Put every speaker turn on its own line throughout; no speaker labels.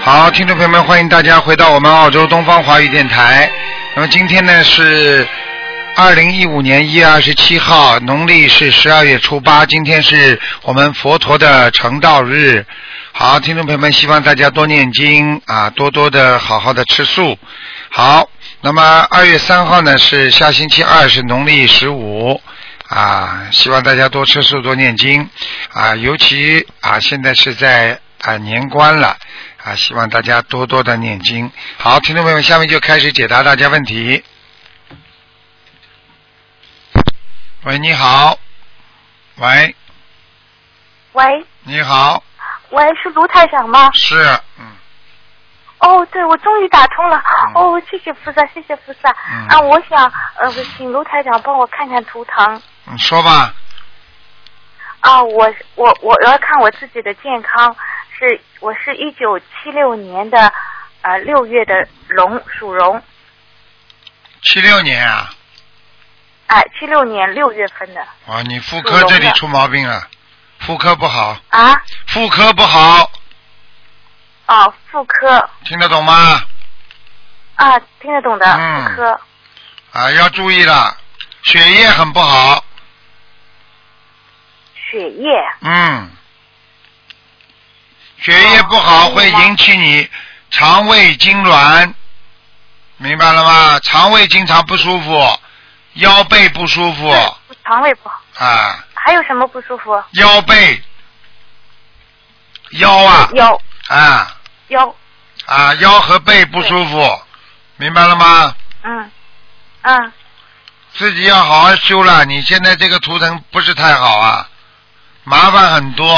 好，听众朋友们，欢迎大家回到我们澳洲东方华语电台。那么今天呢是二零一五年一月二十七号，农历是十二月初八，今天是我们佛陀的成道日。好，听众朋友们，希望大家多念经啊，多多的好好的吃素。好，那么二月三号呢是下星期二，是农历十五。啊，希望大家多吃素，多念经啊，尤其啊，现在是在啊年关了啊，希望大家多多的念经。好，听众朋友们，下面就开始解答大家问题。喂，你好，喂，
喂
你好，
喂，是卢台长吗？
是，嗯，
哦，对，我终于打通了。哦，谢谢菩萨，谢谢菩萨。
嗯
啊，我想呃，请卢台长帮我看看图腾
你说吧，
啊，我我我要看我自己的健康，是我是一九七六年的呃六月的龙属龙，
七六年啊，
哎、7七六年六月份的
哇，哦你妇科这里出毛病了，妇科不好，
啊
妇科不好，
啊妇科
听得懂吗？
啊听得懂的、
嗯
妇科
啊，要注意了，血液很不好，
血液
嗯，血液不好
哦
会引起你肠胃痉挛，明白了吗？肠胃经常不舒服，腰背不舒服
肠胃不好，
啊，
还有什么不舒服？
腰背，腰啊
腰
啊
腰
啊，腰和背不舒服，明白了吗？
嗯
啊
嗯
自己要好好修了。你现在这个图腾不是太好啊，麻烦很多，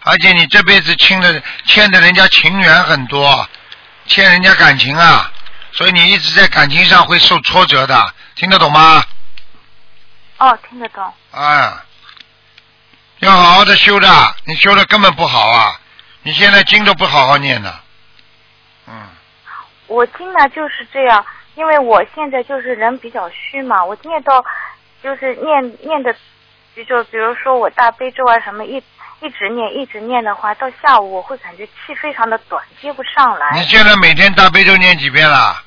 而且你这辈子欠的欠的人家情缘很多，欠人家感情啊，所以你一直在感情上会受挫折的，听得懂吗？
哦听得懂。
啊，要好好的修的，你修的根本不好啊，你现在经都不好好念呢，嗯，
我经呢就是这样，因为我现在就是人比较虚嘛，我念到就是念念的，就比如说我大悲咒啊什么一一直念一直念的话，到下午我会感觉气非常的短，接不上
你
来。
现在每天大悲咒念几遍了？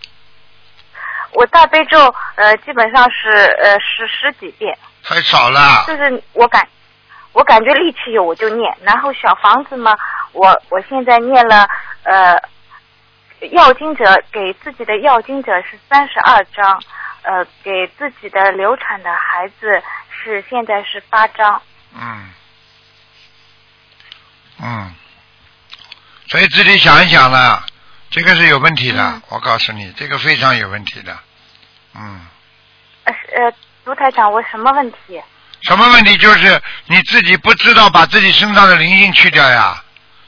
我大悲咒呃基本上是呃十十几遍，
太少了。
就是我感我感觉力气有我就念，然后小房子嘛，我我现在念了呃要经者给自己的要经者是三十二章，呃给自己的流产的孩子是现在是八章，
嗯，嗯，所以自己想一想了，这个是有问题的，
嗯
我告诉你，这个非常有问题的。嗯，
呃是呃卢台长我什么问题？
什么问题？就是你自己不知道把自己身上的灵性去掉呀。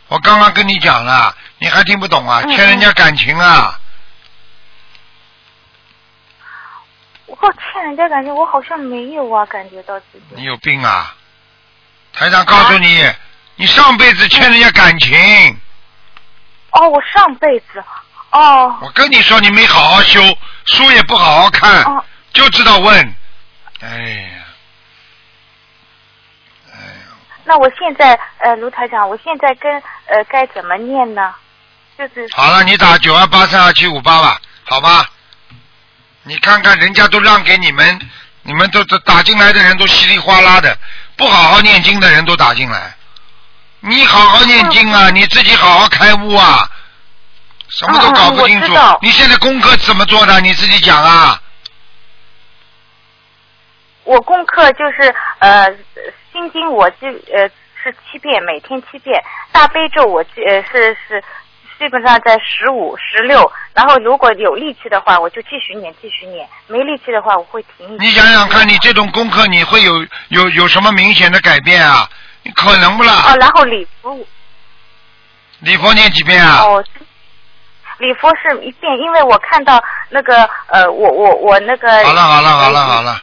我刚刚跟你讲了，你还听不懂啊？
嗯
欠人家感情啊，
我欠人家感觉我好像没有啊，感觉到自己
你有病啊！台长告诉你，
啊
你上辈子欠人家感情，
哦我上辈子哦
我跟你说，你没好好修，书也不好好看，
哦
就知道问。哎呀，哎呀，
那我现在呃卢台长我现在跟呃该怎么念呢？就是
好了，你打九二八三二七五八吧，好吧？你看看人家都让给你们，你们都都打进来的人都稀里哗啦的，不好好念经的人都打进来。你好好念经
嗯
啊，你自己好好开悟啊，什么都
嗯嗯
搞不清
我
楚
知道。
你现在功课怎么做的？你自己讲啊。
我功课就是呃，心经我基呃是七遍，每天七遍，大悲咒我基呃是是基本上在十五、十六，然后如果有力气的话，我就继续念，继续念；没力气的话，我会停 一。
你想想看，你这种功课你会有有有什么明显的改变啊？你可能不
哦
啦，？
然后礼佛
礼佛念几遍啊？
哦。礼佛是一遍，因为我看到那个呃，我我我那个
好了好了好了好了，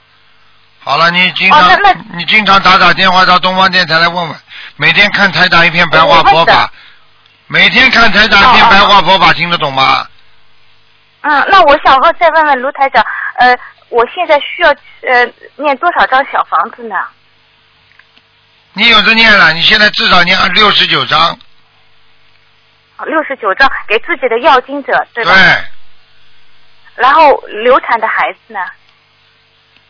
好了，你经常、
哦那
你经常打打电话到东方电台来问问，每天看台长一篇白话佛
哦
法
我会的，
每天看台长一篇
哦哦
白话佛法，听得懂吗？
嗯，那我想问再问问卢台长，呃，我现在需要呃念多少张小房子呢？
你有的念了，你现在至少念六十九章，
六十九张给自己的要经者，对吧？
对，
然后流产的孩子呢？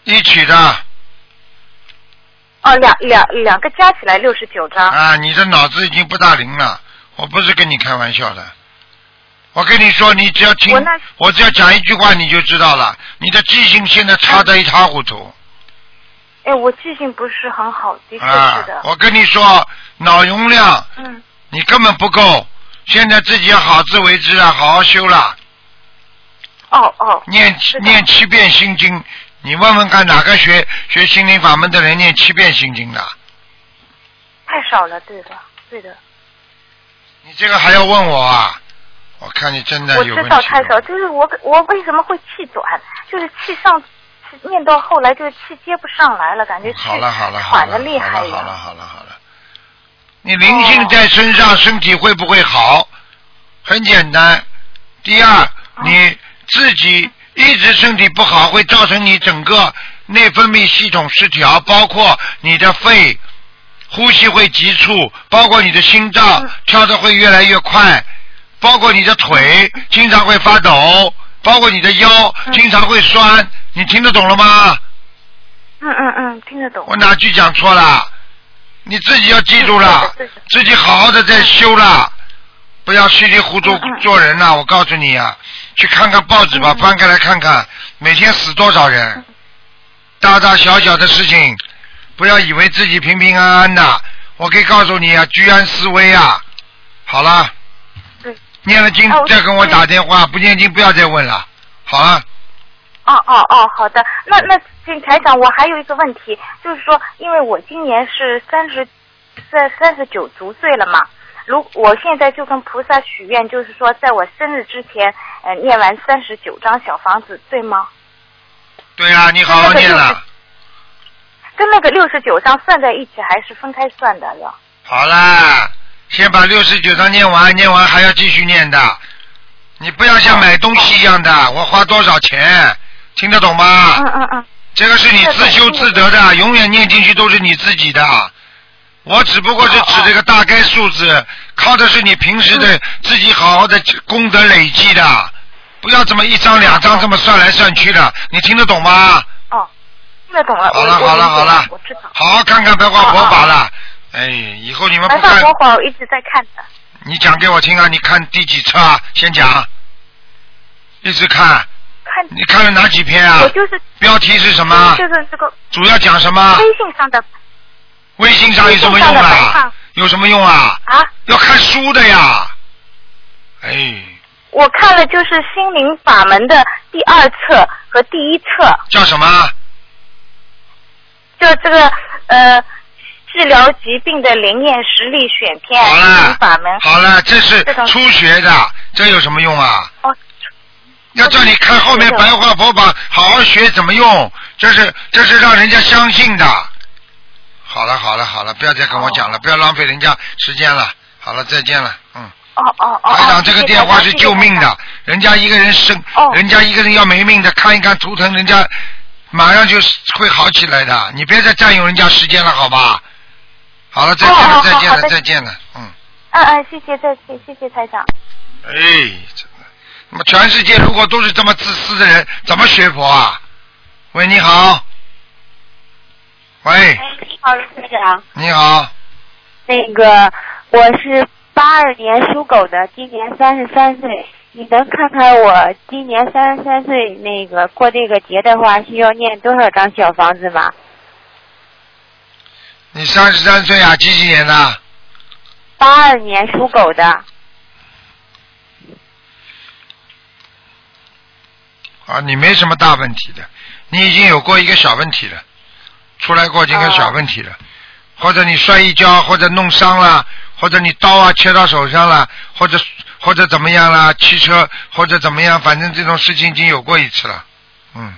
一起的
哦，两两两个加起来六十九张。
啊！你的脑子已经不大灵了，我不是跟你开玩笑的。我跟你说，你只要听
我那，
我只要讲一句话你就知道了。你的记性现在差得一塌糊涂
哎，我记性不是很好，的确
啊
是的。！
我跟你说，脑容量
嗯，
你根本不够，现在自己要好自为之啊，好好修了，
哦哦，
念
是的
念七遍心经。你问问看，哪个学学心灵法门的人念七遍心经的？
太少了，对的，对的。
你这个还要问我啊？我看你真的
我
有
知
问题。
道太少，就是我我为什么会气短，就是气上气念到后来就是气接不上来了，感觉气
好了好了好
喘
了，
的厉害一
好了好了
样。
好了好了。你灵性在身上，身体会不会好？很简单。第二，哦你自己一直身体不好，会造成你整个内分泌系统失调，包括你的肺、呼吸会急促，包括你的心脏
嗯
跳得会越来越快，包括你的腿经常会发抖，包括你的腰
嗯
经常会酸。你听得懂了吗？
嗯嗯嗯，听得懂。
我哪句讲错了？你自己要记住了
是是是，
自己好好的再修了，不要稀里糊涂
嗯嗯
做人了。我告诉你啊，去看看报纸吧，翻开来看看，每天死多少
嗯
人，大大小小的事情，不要以为自己平平安安的。我可以告诉你啊，居安思危啊。好了
对，
念了经
哦
再跟我
对
打电话，不念经不要再问了。好了，
哦哦哦，好的。那那请台长，我还有一个问题，就是说，因为我今年是三十，在三十九足岁了嘛。如我现在就跟菩萨许愿，就是说，在我生日之前，呃，念完三十九张小房子，对吗？
对呀、你好好
那个
念
就是
了。
跟那个六十九张算在一起，还是分开算的？要
好啦，先把六十九章念完，念完还要继续念的。你不要
哦
像买东西一样的，我花多少钱，听得懂吗
嗯？嗯嗯，
这个是你自修自得的，永远念进去都是你自己的。我只不过
哦
是指这个大概数字，靠的是你平时
嗯
的自己好好的功德累积的，不要这么一张两张这么算来算去的，你听得懂吗？
哦，听得懂哦了。
好
我
了
我
好了好
理解
了
我知道。
好好看看白话佛法了。哎，以后你们
白
不
发
看
佛法我一直在看的。
你讲给我听啊！你看第几册啊？先讲，一直看。
看，
你看了哪几篇啊
我？就是
标题是什么？
就是哎这个
主要讲什么？
微信上的
微信上有什么用
微信上的白
啊
话？
有什么用啊？
啊，
要看书的呀。哎，
我看了就是心灵法门的第二册和第一册，
叫什么？
就这个呃治疗疾病的灵验实力选片
好
心灵
了
法门。，
好了，这是
哎这个
初学的，这有什么用啊？
哦，
要叫你看后面白话佛法，好好学怎么用，这是这是让人家相信的。好了好了好了，不要再跟我讲了，不要浪费人家时间了。好了，再见了，嗯。
哦哦哦。
台长，
哦
这个电话是救命。
谢谢台长
的，人家一个人生，
哦
人家一个人要没命的，看一看图腾，人家马上就会好起来的。你别再占用人家时间了，好吧？好了，再见
哦
了，
哦
再见
好
了，
的
再见了，嗯。
嗯嗯，谢谢，再见，谢谢台长。
哎，真的，那么全世界如果都是这么自私的人，怎么学佛啊？喂，你好。喂，
哎，你好，卢科长。
你好，
那个，我是八二年属狗的，今年三十三岁。你能看看我今年三十三岁那个过这个节的话，需要念多少张小房子吗？
你三十三岁啊？几几年的？
八二年属狗的，
啊，你没什么大问题的，你已经有过一个小问题了，出来过这
啊
个小问题了，或者你摔一跤，或者弄伤了，或者你刀啊切到手上了，或者或者怎么样啦，汽车或者怎么样，反正这种事情已经有过一次了，嗯，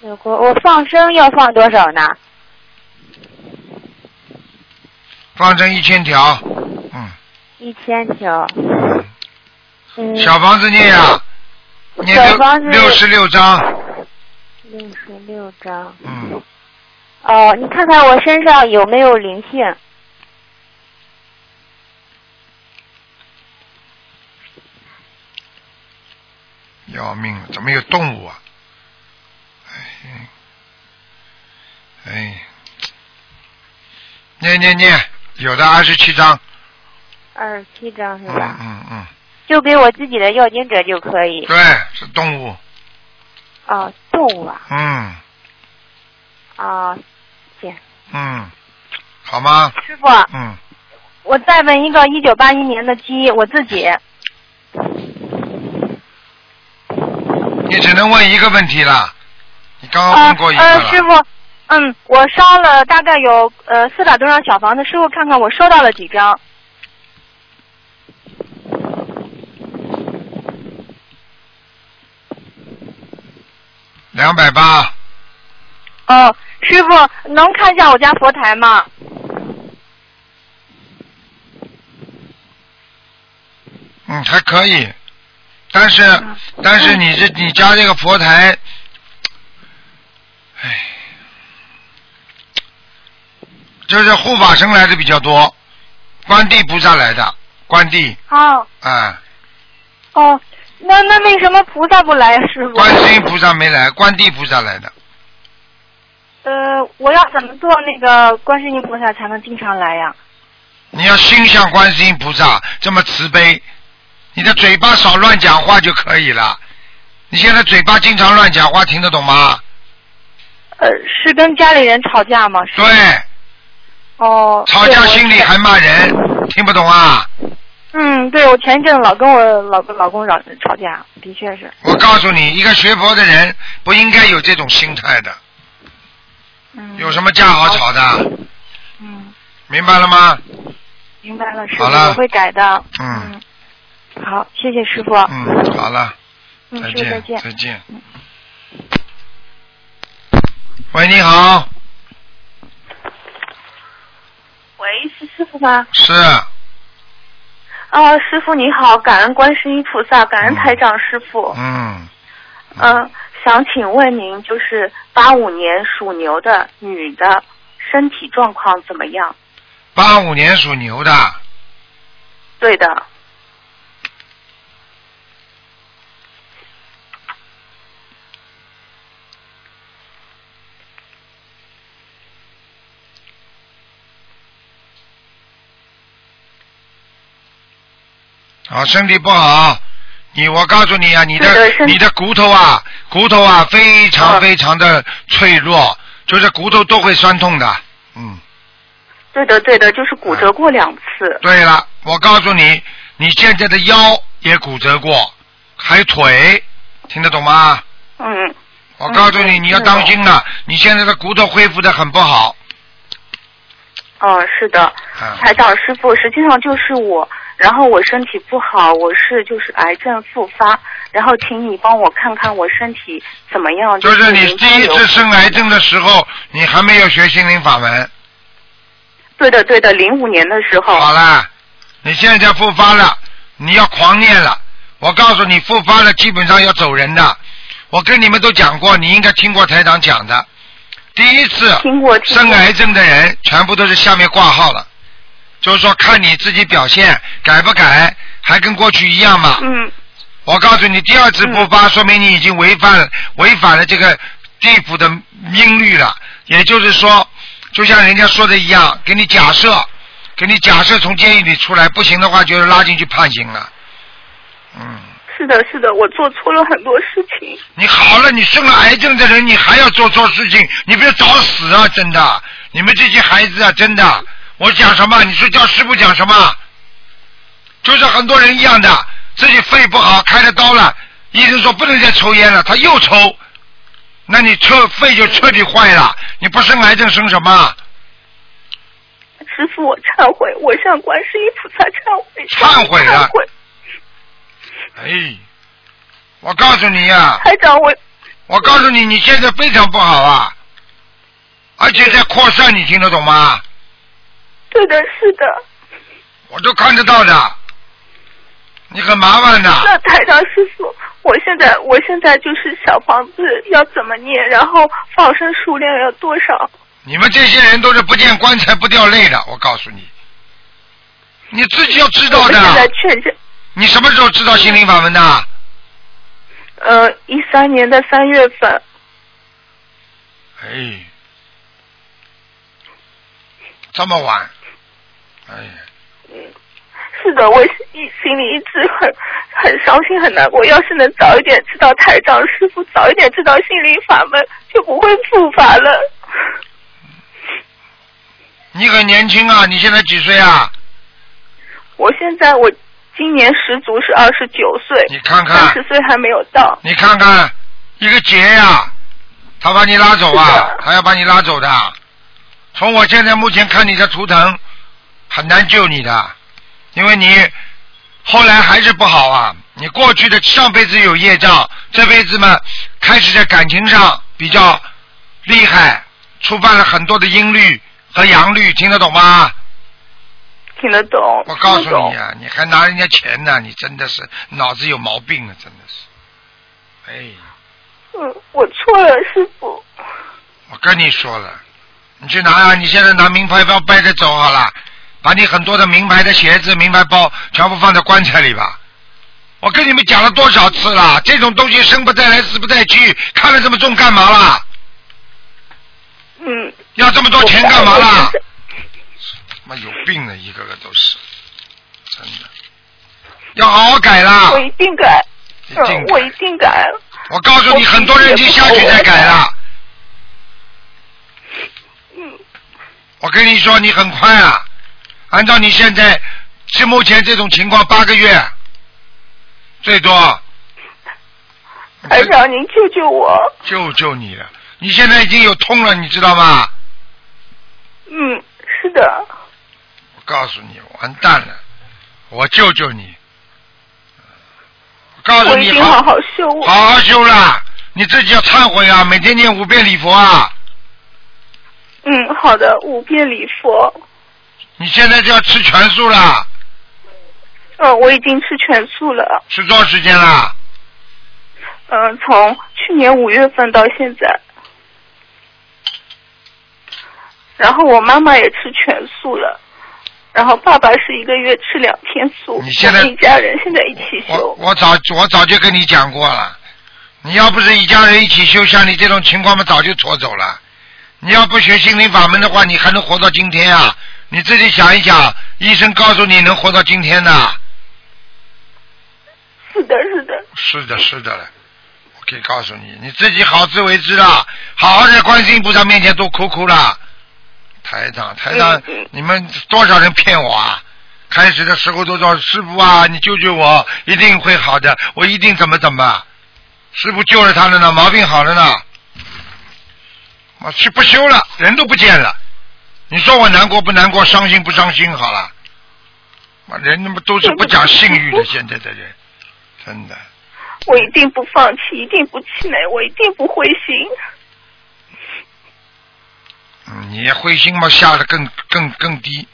有过我放生要放多少呢？
放成一千条，嗯。
一千条。嗯，
小房子念呀、念
小房子
六六十六章，
六十六张。
嗯，
哦，你看看我身上有没有灵性？
要命了，怎么有动物啊？哎，哎，念念念，有的二十七章，
二十七张是
嗯
吧？
嗯嗯，
就给我自己的要经者就可以。
对，是动物，
哦，动物啊，
嗯
啊，行，
嗯，好吗？
师傅，
嗯，
我再问一个一九八一年的鸡，我自己
你只能问一个问题了，你刚刚
啊
问过一个
呃，师
了，
傅，嗯，我烧了大概有呃四百多张小房子，师傅看看我收到了几张。
两百八，
哦、师傅能看一下我家佛台吗？
嗯，还可以，但是但是你这你家这个佛台，哎，就是护法神来的比较多，观地菩萨来的，观地
哦
啊、
哦，那那为什么菩萨不来呀、啊师傅？
观世音菩萨没来，观地菩萨来的，
呃，我要怎么做那个观世音菩萨才能经常来呀、
你要心向观世音菩萨，这么慈悲，你的嘴巴少乱讲话就可以了。你现在嘴巴经常乱讲话，听得懂吗？
呃，是跟家里人吵架吗？是
对，
哦，
吵
对
架
我
心里还骂人，听不懂啊？
嗯，对，我前一阵老跟我老公老公吵吵架，的确是，
我告诉你，一个学佛的人不应该有这种心态的。
嗯，
有什么架好吵的？
嗯，
明白了吗？
明白了，师傅，
好了
我会改的，
嗯，
好，谢谢师傅，
嗯，好了，
嗯，
再
师傅再
见，
见。
再见。喂，你好，
喂，是师傅吗？
是，
啊，师傅你好，感恩观世音菩萨，感恩台长师傅。
嗯，
嗯、想请问您，就是八五年属牛的女的，身体状况怎么样？
八五年属牛的，
对的，
啊，身体不好。你，我告诉你啊，你
对
的
对身体
你的骨头啊，骨头啊，非常
嗯
非常的脆弱，就是骨头都会酸痛的。嗯，
对的，对的，就是骨折过两次。
对了，我告诉你，你现在的腰也骨折过，还有腿，听得懂吗？
嗯，
我告诉你，
嗯
你要当心了，你现在的骨头恢复的很不好。
哦、是的，
啊，
台长师傅，实际上就是我，然后我身体不好，我是就是癌症复发，然后请你帮我看看我身体怎么样。
就是是你
您
第一
有
次生癌症的时候，你还没有学心灵法门，
对的，对的，零五年的时候。
好啦，你现在复发了，你要狂念了。我告诉你，复发了基本上要走人的。我跟你们都讲过，你应该听过台长讲的。第一次
听过听
生
过。
癌症的人全部都是下面挂号了，就是说看你自己表现改不改，还跟过去一样嘛。
嗯，
我告诉你，第二次不发，说明你已经违反违反了这个地府的音律了。也就是说，就像人家说的一样，给你假设，给你假设从监狱里出来，不行的话就是拉进去判刑了。嗯，
是的，是的，我做错了很多事情。
你好了，你生了癌症的人，你还要做错事情，你不要找死啊！真的，你们这些孩子啊，真的，我讲什么？你说叫师傅讲什么？就是很多人一样的，自己肺不好，开了刀了，医生说不能再抽烟了，他又抽，那你彻肺就彻底坏了，你不生癌症生什么？
师傅，我忏悔，我向观世音菩萨 忏悔。
忏悔了
忏悔，
哎，我告诉你呀、
台长，我
我告诉你，你现在非常不好啊，而且在扩散，你听得懂吗？
对的，是的。
我都看得到的，你很麻烦的。
那台长师傅，我现在我现在就是小房子要怎么念，然后放生数量要多少？
你们这些人都是不见棺材不掉泪的，我告诉你，你自己要知道
我现在
的。
劝这，哎
你什么时候知道心灵法门的？
呃，一三年的三月份，
哎，这么晚，哎呀，
是的，我一心里一直很很伤心很难过。要是能早一点知道台长师傅，早一点知道心灵法门，就不会复发了。
你很年轻啊，你现在几岁啊？
我现在我今年十足是二十九岁，
你看
三
看
十，岁还没有到。
你看看，一个劫呀、他把你拉走
是
啊
的，
他要把你拉走的。从我现在目前看你的图腾，很难救你的，因为你后来还是不好啊。你过去的上辈子有业障，这辈子嘛开始在感情上比较厉害，触犯了很多的阴律和阳律，听得懂吗？
听得懂，
我告诉
听得懂
你啊，你还拿人家钱呢、你真的是脑子有毛病啊，真的是。哎，
嗯，我错了，师傅。
我跟你说了，你去拿啊！你现在拿名牌包背着走好了，把你很多的名牌的鞋子、名牌包全部放在棺材里吧。我跟你们讲了多少次了，这种东西生不带来，死不带去，看了这么重干嘛啦？
嗯，
要这么多钱干嘛
我
啦
现？在
妈有病的，一个个都是，真的，要好好改啦
我！一定改，
一定
嗯，
改
我一定改。
我告诉你，很多人已经下去再改了。
嗯，
我跟你说，你很快啊！按照你现在是目前这种情况，八个月最多。
台长，您救救我。
救救你了！你现在已经有痛了，你知道吗？
嗯，是的，
我告诉你，完蛋了！我救救你！我告诉
我一
你，
定好好修。
好好修啦！你自己要忏悔啊，每天念五遍礼佛啊！
嗯，好的，五遍礼佛。
你现在就要吃全素啦，
嗯，我已经吃全素了。
吃多少时间啦？
嗯，从去年五月份到现在。然后我妈妈也吃全素了，然后爸爸是一个月吃两天素。
你现在
我们一家人现在一起
我
修。
我早我早就跟你讲过了，你要不是一家人一起修，像你这种情况嘛，早就拖走了。你要不学心灵法门的话，你还能活到今天啊？你自己想一想，医生告诉你能活到今天的，
是的，是的，
是的，是的了。我可以告诉你，你自己好自为之啦，好好在观世音菩萨面前多哭哭啦。台长，台长
嗯嗯，
你们多少人骗我啊？开始的时候都说师傅啊，你救救我，一定会好的，我一定怎么怎么。师傅救了他了呢，毛病好了呢。我去不修了，人都不见了。你说我难过不难过，伤心不伤心？好了，妈人他妈都是不讲信誉 的，现在的人，真的。
我一定不放弃，一定不气馁，我一定不灰心。
嗯，你灰心嘛，下的更更更低。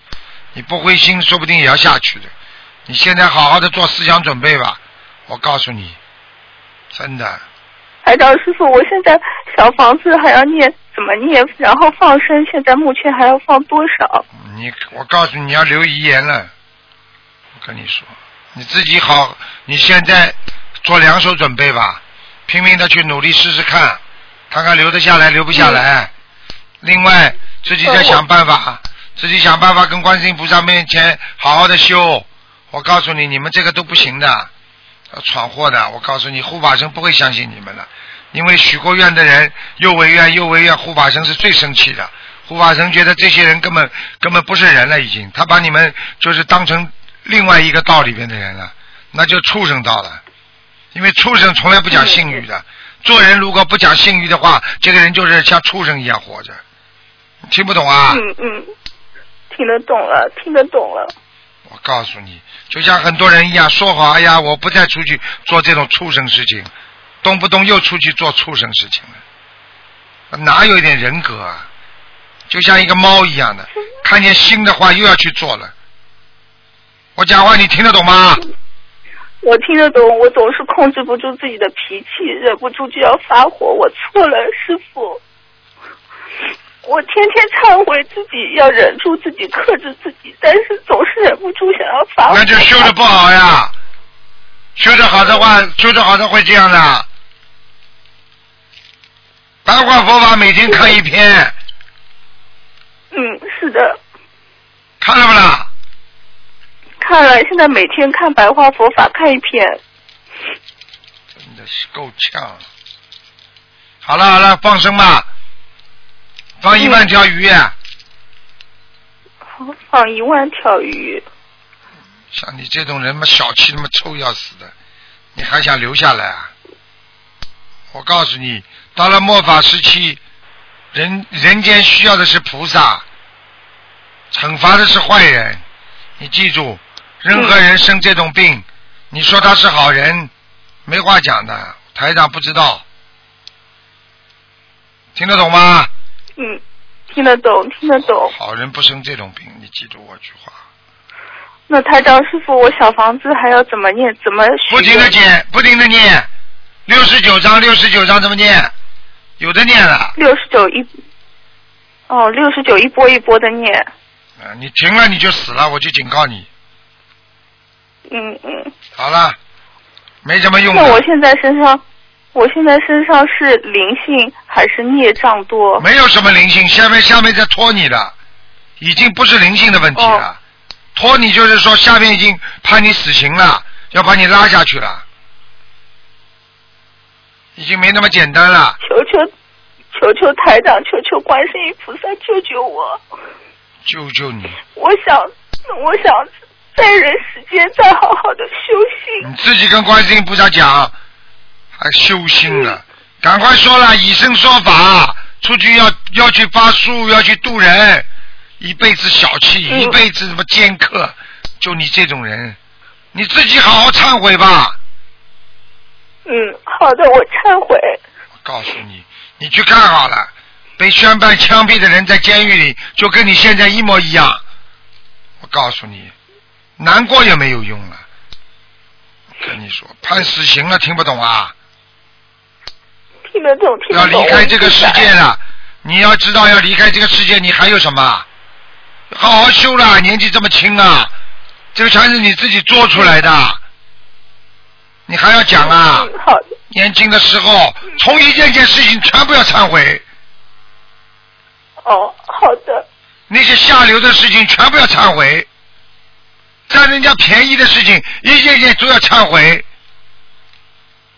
你不灰心，说不定也要下去的。你现在好好的做思想准备吧，我告诉你，真的，
海长师傅，我现在小房子还要念怎么念，然后放生，现在目前还要放多少？
你我告诉你你要留遗言了。我跟你说，你自己好，你现在做两手准备吧，拼命的去努力试试看，看看留得下来留不下来。另外，自己再想办法，自己想办法跟观世音菩萨面前好好的修。我告诉你，你们这个都不行的，要闯祸的。我告诉你，护法神不会相信你们的，因为许过愿的人又违愿又违愿，护法神是最生气的。护法神觉得这些人根本根本不是人了，已经，他把你们就是当成另外一个道里边的人了，那就畜生道了。因为畜生从来不讲信誉的，做人如果不讲信誉的话，这个人就是像畜生一样活着。你听不懂啊？
嗯嗯，听得懂了，听得懂了。
我告诉你，就像很多人一样说谎，哎呀，我不再出去做这种畜生事情，动不动又出去做畜生事情了，哪有一点人格啊？就像一个猫一样的，看见新的话又要去做了。我讲话你听得懂吗？
我听得懂，我总是控制不住自己的脾气，忍不住就要发火。我错了，师傅。我天天忏悔自己要忍住自己，克制自己，但是总是忍不住想要发火。
那就修的不好呀。修的好的话，修的好的会这样的。白话佛法每天看一篇，
嗯，是的，
看了不啦？
看了，现在每天看白话佛法看一篇。
真的是够呛。好了好了，放生吧，放一万条鱼，啊
好放一万条鱼，
像你这种人嘛，小气他妈臭要死的，你还想留下来啊？我告诉你，到了末法时期，人人间需要的是菩萨，惩罚的是坏人。你记住，任何人生这种病，你说他是好人，没话讲的。台长不知道，听得懂吗？
嗯，听得懂，听得懂。
好人不生这种病，你记住我句话。
那台长师傅，我小房子还要怎么念？怎么许
不
愿
停的解，不停的念，六十九章，六十九章怎么念？有的念了，啊
六十九一，哦，六十九一波一波的念。
啊，你停了你就死了，我就警告你。
嗯嗯。
好了，没什么用
那我
的，
现在身上，我现在身上是灵性还是孽障多？
没有什么灵性，下面下面在拖你了，已经不是灵性的问题
哦
了，拖你就是说下面已经判你死刑了，要把你拉下去了，已经没那么简单了。
求求，求求台长，求求观世音菩萨救救我！
救救你，
我想，我想再忍时间，再好好的修行。
你自己跟观世音菩萨讲，还修心了，赶快说了，以身说法，出去要要去发书，要去度人，一辈子小气，
嗯
一辈子什么尖刻，就你这种人，你自己好好忏悔吧。
嗯，好的，我忏悔。
我告诉你，你去看好了，被宣判枪毙的人在监狱里，就跟你现在一模一样。我告诉你，难过也没有用了。跟你说，判死刑了，听不懂啊？
听得懂，听
要
得
离
懂。
开这个世界
我明白。
了，你要知道要离开这个世界，你还有什么？好好修啦，年纪这么轻啊，这个全是你自己做出来的，你还要讲啊？
嗯，好的，
年轻的时候，从一件件事情全部要忏悔，
哦，好的，
那些下流的事情全部要忏悔，占人家便宜的事情一件件都要忏悔。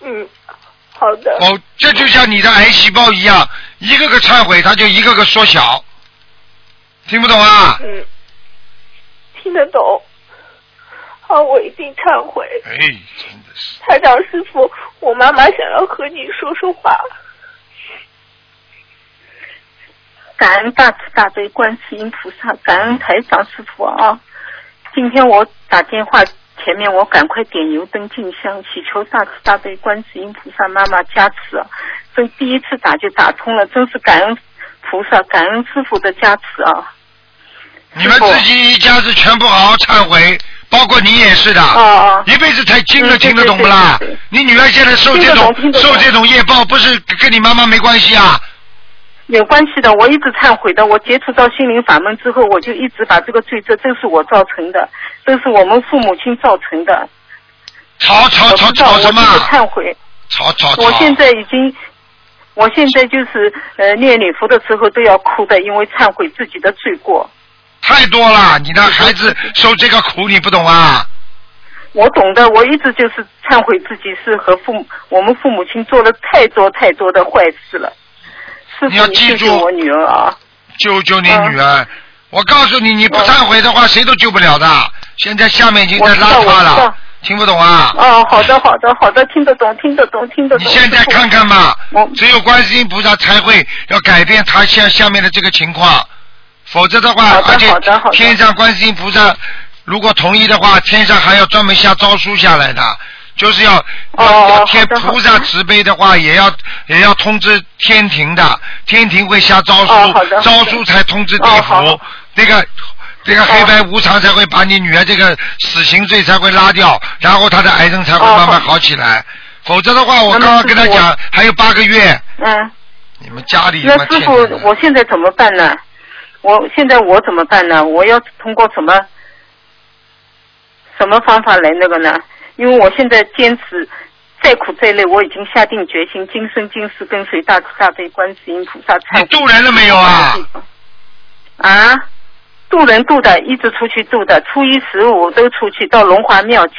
嗯，好的，
哦，这就像你的癌细胞一样，一个个忏悔，它就一个个缩小。听不懂啊？
嗯，听得懂。好，我一定忏悔。
哎，真的是。
台长师傅，我妈妈想要和你说说话。
感恩大慈大悲观世音菩萨，感恩台长师傅啊！今天我打电话前面，我赶快点油灯进香，祈求大慈大悲观世音菩萨妈妈加持啊！真第一次打就打通了，真是感恩菩萨，感恩师傅的加持啊！
你们自己一家子全部好好忏悔，包括你也是的。
哦哦，
一辈子太精了，
嗯对
听得懂不啦
对对对？
你女儿现在受这种
听得懂听得懂
受这种业报，不是跟你妈妈没关系啊？
有关系的，我一直忏悔的。我接触到心灵法门之后，我就一直把这个罪责，这是我造成的，这是我们父母亲造成的。
吵吵
我
吵
知道，
吵
我
什么啊
这？个忏悔。
吵吵吵！
我现在已经，我现在就是呃念礼佛的时候都要哭的，因为忏悔自己的罪过。
太多了，你的孩子受这个苦，你不懂啊？
我懂的，我一直就是忏悔自己是和父母，我们父母亲做了太多太多的坏事了。师
你要
傅，你
记
救救
住
我女儿啊！嗯
救救你女儿！我告诉你，你不忏悔的话，谁都救不了的。现在下面已经在拉
我
他
知道我知
了
道，
听不懂啊？
哦，好的，好的，好的，听得懂，听得懂，听得
你
懂。
现在看看吧
我，
只有观世音菩萨才会要改变他下下面的这个情况，否则的话
好，的
而且
好的好的
天上观世音菩萨如果同意的话，天上还要专门下诏书下来的，就是要
哦
要要
好的
天
好的
菩萨慈悲的话，也要也要通知天庭的，天庭会下诏
哦好
书，
的
诏书才通知地
哦好
府
好，
这个。这
哦
个黑白无常才会把你女儿这个死刑罪才会拉掉，然后她的癌症才会
哦
慢慢
好
好起来。否则的话，我刚刚跟他
那么
讲还有八个月，
嗯，
你们家里他
那
妈
师
欠
傅
着呢，
我现在怎么办呢？我现在我怎么办呢？我要通过什么什么方法来那个呢？因为我现在坚持再苦再累，我已经下定决心，今生今世跟随大慈大悲观世音菩萨忏
你
悔。
渡人了没有啊？
啊，渡人渡的，一直出去渡的，初一十五都出去，到龙华庙前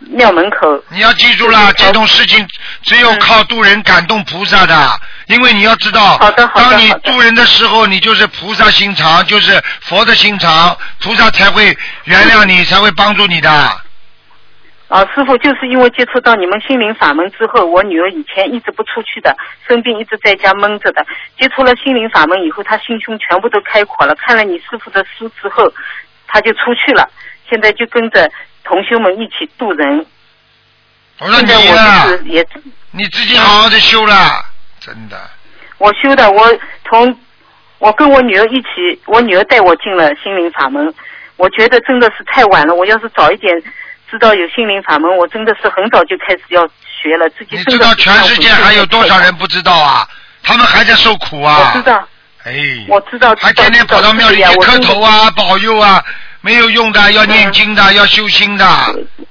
庙门口。嗯
你要记住了，这种事情只有靠渡人感动菩萨的，因为你要知道，
好的好的
当你
好的
渡人的时候，你就是菩萨心肠，就是佛的心肠，菩萨才会原谅你，才会帮助你的。
啊，师傅，就是因为接触到你们心灵法门之后，我女儿以前一直不出去的，生病一直在家闷着的。接触了心灵法门以后，她心胸全部都开阔了。看了你师傅的书之后，她就出去了。现在就跟着同修们一起渡人。
我说
现
你
在
啊
我就是也
你自己好好的修了，真的。
我修的，我从我跟我女儿一起，我女儿带我进了心灵法门。我觉得真的是太晚了，我要是早一点知道有心灵法门，我真的是很早就开始要学了。自己
你
真
知
的
道
是
全世界还有多少人不知道啊？他们还在受苦啊！
我知。道，
哎。
我知道，
还天天跑到庙里去磕头啊、保佑啊，没有用的，要
嗯
念经的，要修心的。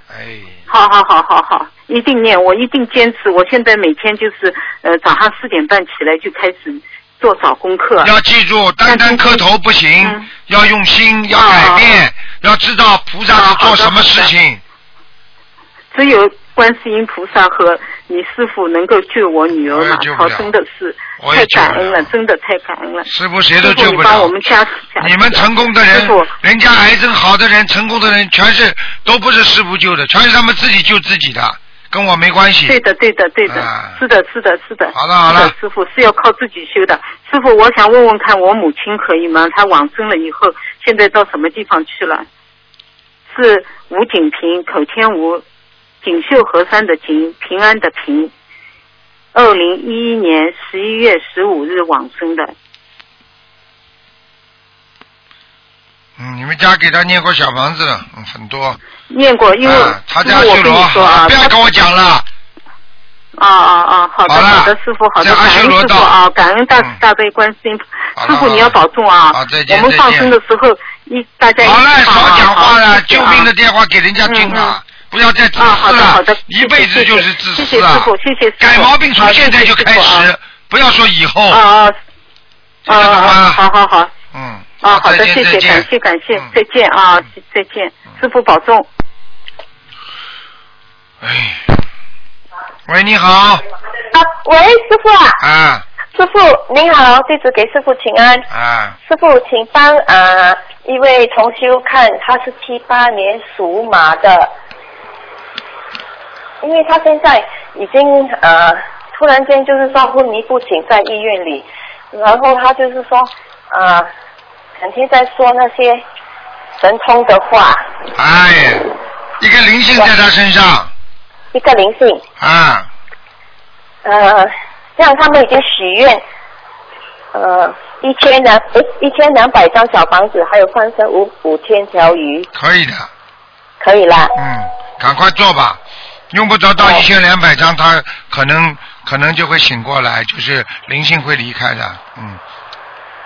哎，
好好好好好，一定念，我一定坚持。我现在每天就是呃早上四点半起来就开始做早功课。
要记住，单单磕头不行
嗯，啊
要用心，要改变，要知道菩萨是做什么事情。
只有观世音菩萨和你师傅能够救我女儿
我也
嘛
救，不
好，
了
真的是
我也
太
救不
感恩了
了，
真的太感恩了。
师傅谁都
师傅
救不
你帮
了
我们加持加持
你们成功的人
师傅，
人家癌症好的人，成功的人，全是都不是师傅救的，全是他们自己救自己的，跟我没关系。
对的，对的，对的
啊，
是的，是的，是的。
好了好了
是的师傅是要靠自己修的。师傅，我想问问看，我母亲可以吗？她往生了以后，现在到什么地方去了？是吴景平，口天吴，锦绣河山的锦，平安的平。二零一一年十一月十五日往生的，
嗯，你们家给他念过小房子了，嗯，很多。
念过，因为、
啊，他家修
师傅我跟
罗
你说
好
啊，
不要跟我讲了。
啊啊啊！好的
好了
好的，师傅好
在
的，
阿
感
修
恩
罗
师
道
傅啊，感恩大慈
嗯
大悲观世音菩
好了
萨。师傅
好
你
了
要保重啊！
好再见
我们放生的时候一大家一起
好了，
放
少
啊
讲话
好
了，
谢谢
救
啊
命的电话给人家听啊，不要再自
嗯啊，好
私
的好的
了，，一辈子就是自
谢
私
谢谢谢师
啊
傅，。谢谢师傅。
改毛病从
好
现在就开。
谢谢师
始，不要说以
傅
后。
啊啊
听
啊
得懂
啊！
吗
啊好好好
嗯，
啊，好
再
的，
见
谢谢
再，见
感谢感谢
嗯，
再见啊，再见，师傅保重。
哎，喂，你好，
啊，喂，师傅啊，
啊
师傅您好，弟子给师傅请安。
啊，
师傅，请帮啊、一位同修看，他是七八年属马的，因为他现在已经呃突然间就是说昏迷不醒在医院里，然后他就是说啊、整天在说那些神通的话，
哎呀，一个灵性在他身上
一个灵性，
啊，
呃，让他们已经许愿，呃，一千两诶一千两百张小房子，还有放生五五千条鱼，
可以的，
可以啦。
嗯，赶快做吧，用不着到
哦
一千两百张，他可能可能就会醒过来，就是灵性会离开的，嗯。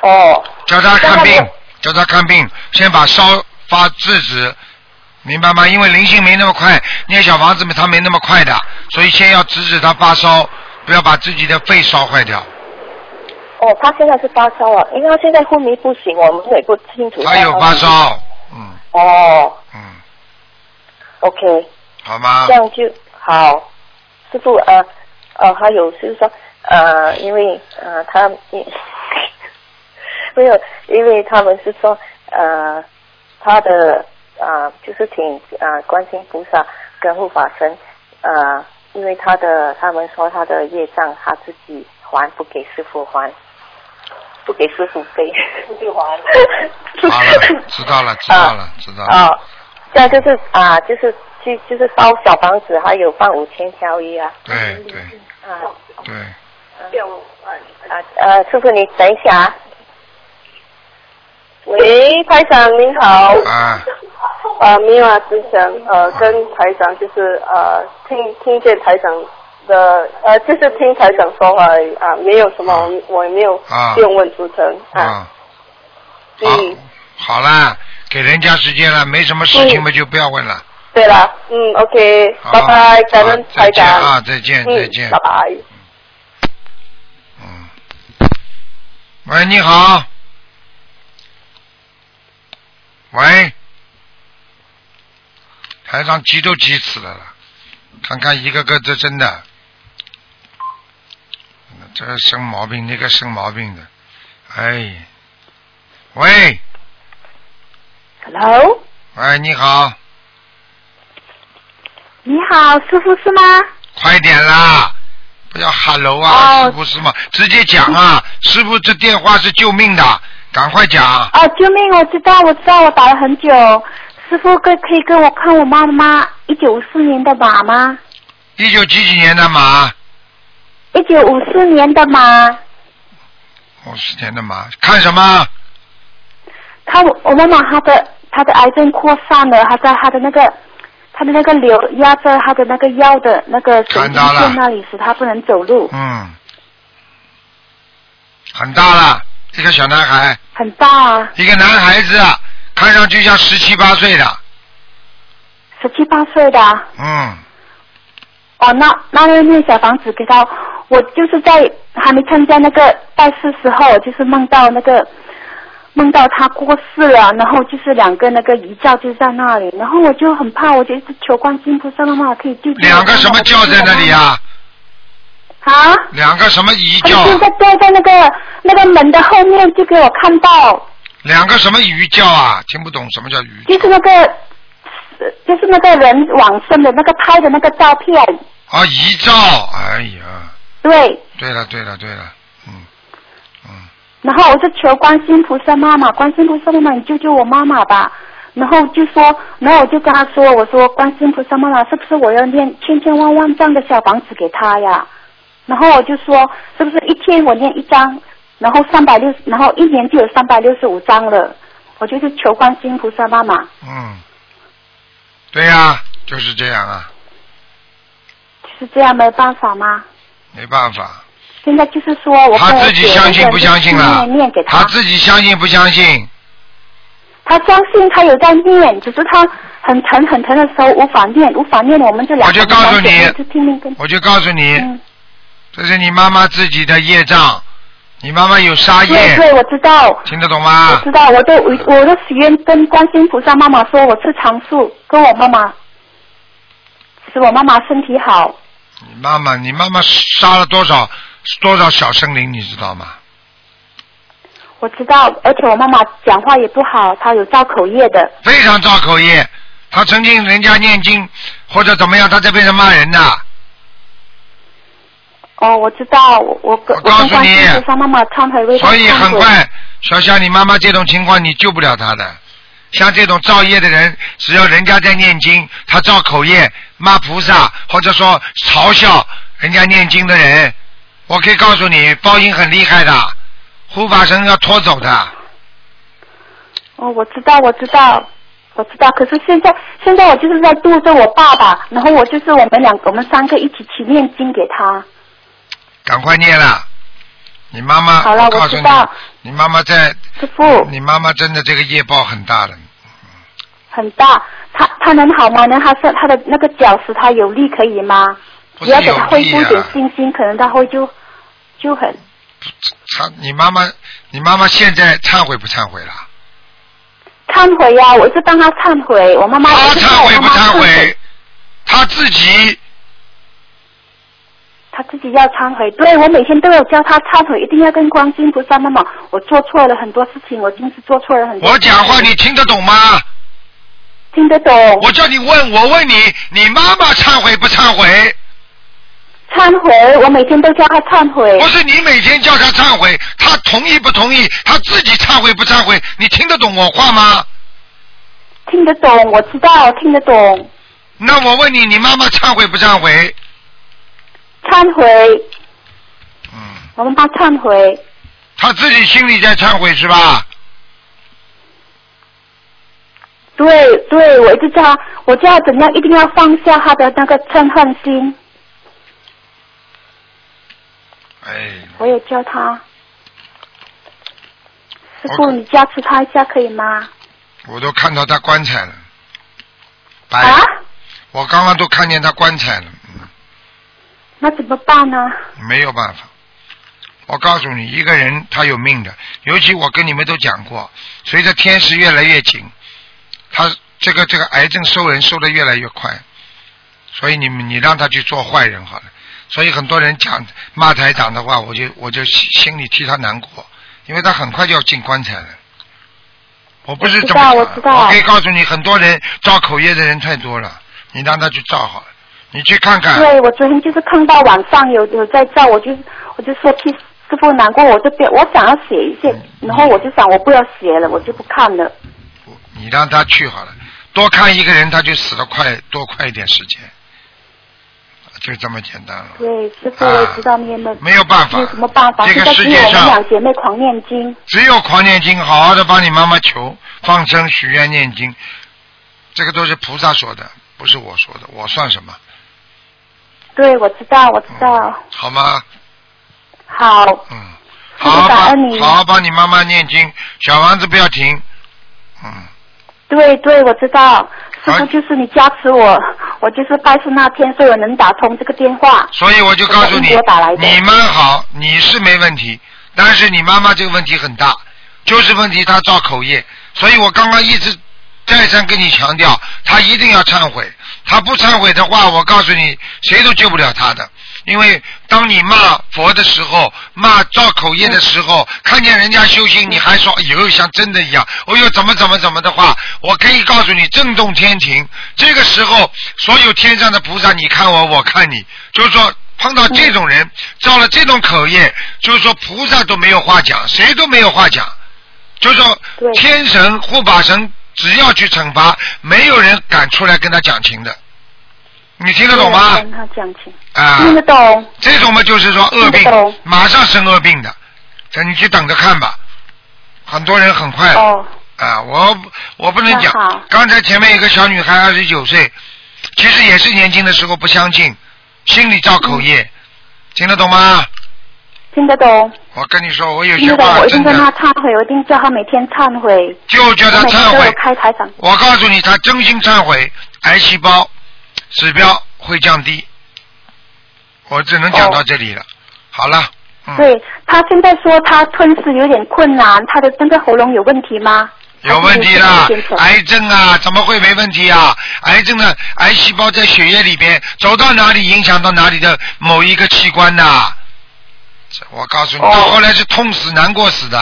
哦，
叫他看
那
病
他，
叫他看病，先把烧发制止，明白吗？因为灵性没那么快，念小房子嘛，他没那么快的，所以先要制止他发烧，不要把自己的肺烧坏掉。
哦，他现在是发烧啊，因为他现在昏迷不醒，我们也不清楚。
他有发。烧，嗯
哦
嗯，
，OK，
好吗
这？样就好。师傅啊，呃，还有就是说，呃，因为呃，他因 没有，因为他们是说，呃，他的呃，就是请呃观世音菩萨跟护法神，呃，因为他的他们说他的业障他自己还，不给师傅还，不给师傅 背，就还。
好 了，知道了，知道了，知道了。
啊，这样就是啊，就是去就是烧小房子，还有放五千条鱼啊
对对
啊
对，
啊呃，师傅你等一下啊。喂，台长您好，
啊，
呃，米瓦之祥，呃，跟台长就是呃，听听见台长的，呃，就是听台长说话而已啊，没有什么，我也没有
啊
用问主持人嗯啊，
啊，好，好啦，给人家时间了，没什么事情嘛，就不要问了，
对了，嗯，OK，
好
拜拜，感
好
恩台
再见
长。
啊，再见，再
嗯，。
见
拜拜。
嗯。喂，你好。喂。台上急都急死了啦，看看一个个这真的，这个生毛病，那个生毛病的，哎，喂，
Hello，
喂，你好，
你好，师傅是吗？
快点啦，不要 hello 啊，
哦
师傅是吗？直接讲 啊，师傅这电话是救命的，赶快讲，
啊，救命！我知道，我知道，我打了很久。师傅可可以给我看我妈妈一九五四年的马吗？
一九几几年的马，
一九五四年的马，
五哦十年的马，看什么？
她我我妈妈她的她的癌症扩散了，她在她的那个她的那个瘤压在她的那个腰的那个神
看
经
到了
线那里，使她不能走路，
嗯，很大了，一个小男孩，
很大啊，
一个男孩子，啊，看上去像十七八岁的，
十七八岁的啊、
嗯，
哦，那那那那小房子给他，我就是在还没参加那个拜师时候，我就是梦到那个梦到他过世了，然后就是两个那个遗教就在那里，然后我就很怕，我就一直求观世音菩萨妈妈可以救救我
两个什么教在那里？啊？
啊，
两个什么遗
他
教啊？
就在坐在那个那个门的后面，就给我看到，
两个什么鱼教啊？听不懂什么叫鱼教
就是那个就是那个人往生的那个拍的那个照片，
啊？遗照，哎呀，
对，
对了对了对了，嗯嗯，
然后我就求观世音菩萨妈妈，观世音菩萨妈妈，你救救我妈妈吧。然后就说，然后我就跟他说，我说观世音菩萨妈妈，是不是我要念千千万万张的小房子给他呀？然后我就说，是不是一天我念一张，然后三百六，然后一年就有三百六十五张了。我就是求观世音菩萨妈妈，
嗯，对呀、就是这样啊，
就是这样没办法吗？
没办法，
现在就是说我
他
跟我
自己
姐
相信
两个人
不相信
就
了
念念给
他自己相信不相信？
他相信他有在念，只是他很疼很疼的时候无法念，无法念，我们就两个
我就告诉你
人就拼命跟。
我就告诉你，
嗯，
这是你妈妈自己的业障，你妈妈有杀
对
业，
对，我知道，
听得懂吗？
我知道，我都我都许愿跟观世音菩萨妈妈说，我吃长素，跟我妈妈，使我妈妈身体好。
你妈妈，你妈妈杀了多少多少小生灵，你知道吗？
我知道，而且我妈妈讲话也不好，她有造口业的。
非常造口业。她曾经人家念经或者怎么样，她在边上骂人的。
哦，我知道，我我跟
我
我
告诉
跟观世
你
音菩萨妈妈忏悔为她
所以
忏
很
悔
快，小夏，你妈妈这种情况你救不了她的。像这种造业的人，只要人家在念经，他造口业、骂菩萨，或者说嘲笑人家念经的人，我可以告诉你，报应很厉害的，护法神要拖走的。
哦，我知道，我知道，我知道。可是现在，现在我就是在度着我爸爸，然后我就是我们两个，我们三个一起去念经给他。
赶快念了。你妈妈，
好了
我告诉
我知
你
道，
你妈妈在，
师傅
你妈妈真的这个业报很大的。
很大，他他能好吗？能他是他的那个脚使他有力可以吗？
不是
只要
有
给他恢
力
复一点
啊，
信心，可能他会就就很
她你妈妈，你妈妈现在忏悔不忏悔 了？
忏悔呀、我是帮他忏悔，我妈妈
她
我是帮
忏
我
悔
妈
不
妈
忏悔？？她自己
他自己要忏悔，对我每天都有教他忏悔，一定要跟观世音菩萨妈妈，我做错了很多事情，我真是做错了很多
我
事情。
讲话你听得懂吗？
听得懂。
我叫你问，我问你，你妈妈忏悔不忏悔？
忏悔，我每天都叫他忏悔
不。是你每天叫她忏悔，她同意不同意？她自己忏悔不忏悔？你听得懂我话吗？
听得懂，我知道，听得懂。
那我问你，你妈妈忏悔不忏悔？
忏悔，
嗯。
我们帮忏悔。
他自己心里在忏悔是吧？
对对，我一直叫他，我叫他怎样，一定要放下他的那个嗔恨心。
哎，
我也教他。师傅，你加持他一下可以吗？
我都看到他棺材了，白、
啊？
我刚刚都看见他棺材了，嗯
那怎么办呢？
没有办法。我告诉你，一个人他有命的，尤其我跟你们都讲过，随着天时越来越紧，他这个这个癌症收人收的越来越快，所以你们你让他去做坏人好了。所以很多人讲骂台长的话，我就我就心心里替他难过，因为他很快就要进棺材了。我不是怎么讲
我知道我知道
可以告诉你，很多人造口业的人太多了，你让他去造好了，你去看看。
对，我昨天就是看到网上有有在照，我就我就说替师傅难过，我这边我想要写一写，然后我就想我不要写了，我就不看了。
你让他去好了，多看一个人，他就死得快，多快一点时间，就这么简单了。
对，师傅，我知道你有没有
啊没有办法
有什么办法？
这个
现在
世
只
界
有我们
上
两姐妹狂念经，
只有狂念经，好好的帮你妈妈求放生、许愿、念经，这个都是菩萨说的，不是我说的，我算什么？
对，我知道，我知道。
好吗？
好，
嗯，
师
好
傅
好
感恩
帮
你。
好好帮你妈妈念经，小王子不要停。嗯，
对对，我知道，师
好
傅就是你加持我，我就是拜师那天，所以我能打通这个电话。
所以我就告诉
我从
你
英国打来，的
你们好，你是没问题，但是你妈妈这个问题很大，就是问题她造口业，所以我刚刚一直再三跟你强调，她一定要忏悔，她不忏悔的话，我告诉你，谁都救不了她的。因为当你骂佛的时候，骂造口业的时候，看见人家修行，你还说哎呦像真的一样，哦呦怎么怎么怎么的话，我可以告诉你震动天庭。这个时候，所有天上的菩萨，你看我，我看你，就是说。碰到这种人，造了这种口业，就是说菩萨都没有话讲，谁都没有话讲。就是说
对
天神护法神只要去惩罚，没有人敢出来跟他讲情的。你听得懂吗
对？跟他讲清，
啊，
听得懂。
这种嘛就是说恶病
听得懂，
马上生恶病的，这你去等着看吧。很多人很快、
哦，
啊，我我不能
那好
讲。刚才前面有个小女孩二十九岁，其实也是年轻的时候不相信，心里造口
嗯
业，听得懂吗？
听得懂，
我跟你说，我有
听
些
得懂。
话
我一
真
定跟他
的
忏悔，我一定叫他每天忏悔。
就叫他
每天
忏
都有
悔。
开台长。
我告诉你，他真心忏悔，癌细胞指标会降低。我只能讲到这里了，好了，嗯，
对他现在说他吞噬有点困难，他的那个喉咙有问题吗？
有问题啦
还是有一点点，
癌症啊，怎么会没问题啊？癌症的癌细胞在血液里边走到哪里，影响到哪里的某一个器官呐、这我告诉你，
哦
到后来是痛死、难过死的。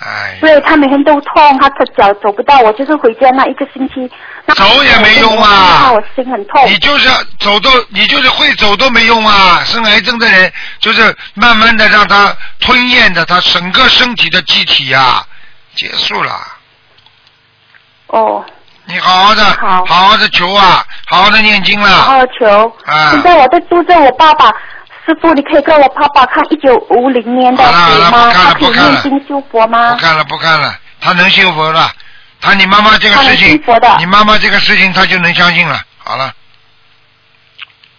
哎，
对他每天都痛，他的脚走不到。我就是回家那一个星期，那
走也没用啊
我心很痛。
你就是走都，你就是会走都没用啊！生癌症的人，就是慢慢的让他吞咽的，他整个身体的机体呀、结束了。
哦，
你好好的，
好
好的求啊，好好的念经
然
啦。
后求。
啊
现在我在纠正我爸爸。师傅，你可以给我爸爸看一九五零年的
好
虎
了好
吗？
了
他可
不
以
看了
念经修
不
佛吗？
看了不看了，他能信佛了，他你妈妈这个事
他能
情
信佛的，
你妈妈这个事情他就能相信了。好了，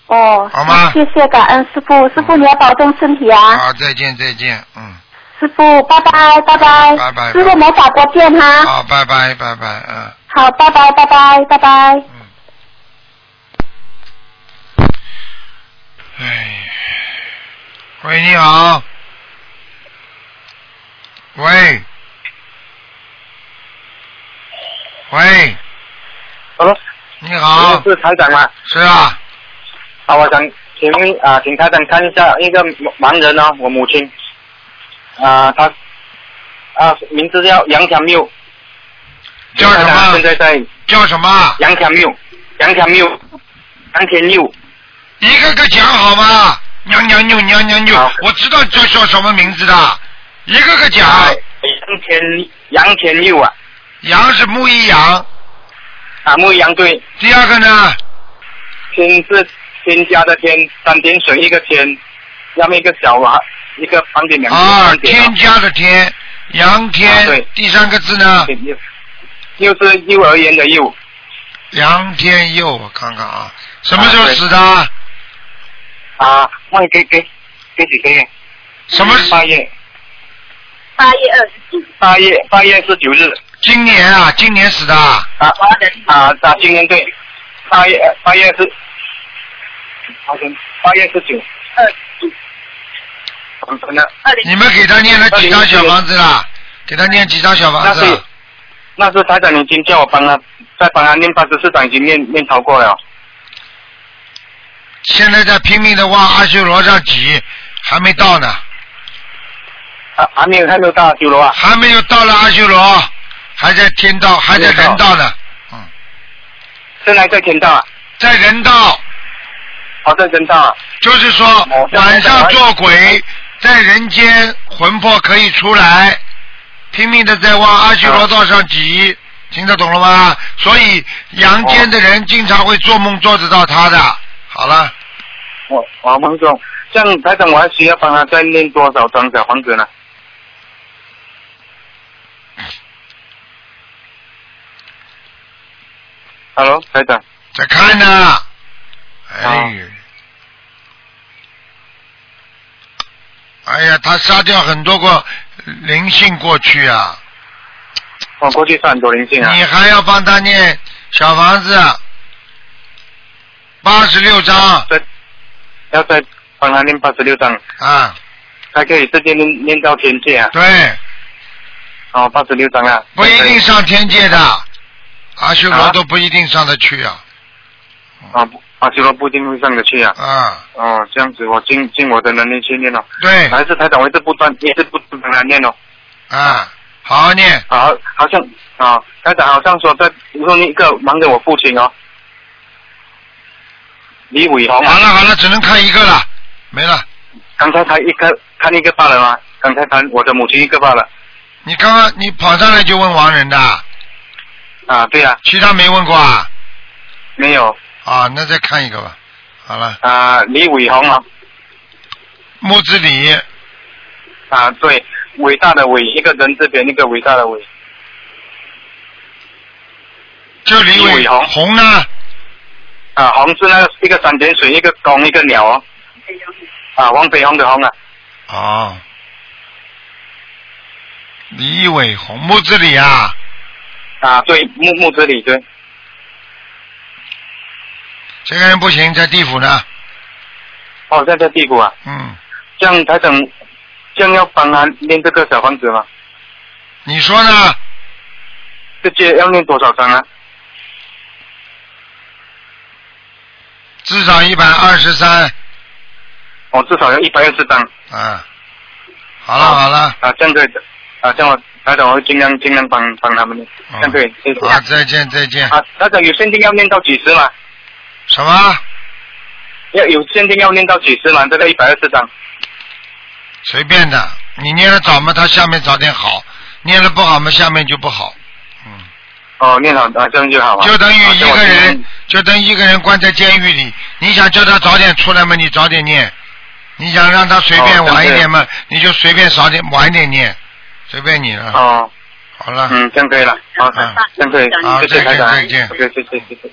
哦，
好吗
谢谢感恩师傅，师傅你要保重身体啊。
好，再见再见，嗯，
师傅，拜拜，拜拜，
拜拜
师傅魔法国见哈。
好，拜拜拜拜，嗯
好，拜拜，拜拜，拜拜。
嗯。哎，喂，你好。喂。喂，
Hello，
你好，
是台长吗？
是啊，
啊，我想请问啊、请台长看一下一个盲人哦，我母亲啊、她啊、名字叫杨强缪，
叫什
台长现
么？
在在
叫什么？
杨强缪，杨强缪，杨天佑，
一个个讲好吗？娘娘扭娘娘扭
好，
我知道叫叫什么名字的，一个个讲。
啊，杨天杨天佑啊，
羊是木一羊，
啊，牧羊队，
第二个呢？
天是添加的天，三点水一个天，下面一个小娃，一个旁边两个
啊，
旁边
添加的添，羊
啊
天
对。
第三个字呢？
又又是幼儿园的幼，
杨天佑，我看看啊，什么时
啊
候
对
死的？
啊，那给给给几个月？
什么？
八月？八月二十八月八月十九日
今年啊，今年死的啊？
啊啊啊！今天对，八月八月是，好像八月十九，
二
我们的
二零
你们给他念了几张小房子了？给他念几张小房
那
子啊
是
了？
那是台长已经叫我帮他再帮他念八十四章，已经念念超过了。
现在在拼命的往阿修罗上挤，还没到呢，
啊，还没有还没有到九楼啊？
还没有到了阿修罗，还在天道，还在人道呢，
现在在天道啊？
嗯在人道，
哦，在天道啊？
就是说晚上做鬼，在人间魂魄可以出来，拼命的在往阿修罗道上挤，听得懂了吗？所以阳间的人经常会做梦做得到他的。好了，
我我孟总，这样台长我还需要帮他再念多少张小房子呢？Hello，台长，
在看呢，哎
啊
呦，哎呀，他杀掉很多个灵性过去啊，
我过去算很多灵性啊。
你还要帮他念小房子啊八十六章
再要再帮他念八十六张，
啊，
他可以直接念念到天界啊。
对，
哦，八十六张啊。
不一定
对。
上天界的，阿修罗
啊
都不一定上得去啊，
啊，不啊，修罗不一定会上得去啊。
啊，
哦，这样子我尽尽我的能力去念哦。
对，
还是台长，我一直不断，一直不断帮他念哦。
啊，好好念，
好，好像啊，台长好像说在用一个忙着我父亲哦，李伟
好
宏啊
了，好了，只能看一个了，没了。
刚才他一个看一个罢了吗？刚才他我的母亲一个罢了
你刚刚你跑上来就问亡人的，
啊，对啊，
其他没问过啊？
没有
啊，那再看一个吧。好了，
啊，李伟宏啊
木子李，
啊，对，伟大的伟，一个人字边一个伟大的伟，
就李
李
伟
伟红
红呢？
啊，红是那个一个三点水，一个公一个鸟哦，啊，黄飞鸿的鸿啊，
哦，李伟红，木子李啊，
啊，对，木木之里对，
这个人不行，在地府呢。
哦，现在在地府啊，
嗯，
这样台长，这样要帮他念这个小房子吗？
你说呢？
这些要念多少张啊？
至少一百二十三。
我哦至少要一百二十张。
啊，好了好了，
啊，这样可以的。啊，这样我台长我会尽量尽量帮帮他们的，这样可以，谢谢。
啊，再见再见。
啊，台长有限定要念到几时嘛？
什么？
要有限定要念到几时嘛？这个一百二十张。
随便的，你念的早嘛，他下面早点好；念的不好嘛，下面就不好。嗯。
哦，念好啊，这样就好啊。
就等于一
啊
个。
这样我尽
人
量，
就等于一个人关在监狱里。你想叫他早点出来嘛，你早点念；你想让他随便
哦对
晚一点嘛，你就随便少点晚一点念，随便你了。
哦，
好了，
嗯，这样可以了。好，
嗯
这样可以。
好
谢谢
再见
台长。
再见
谢谢谢谢谢谢。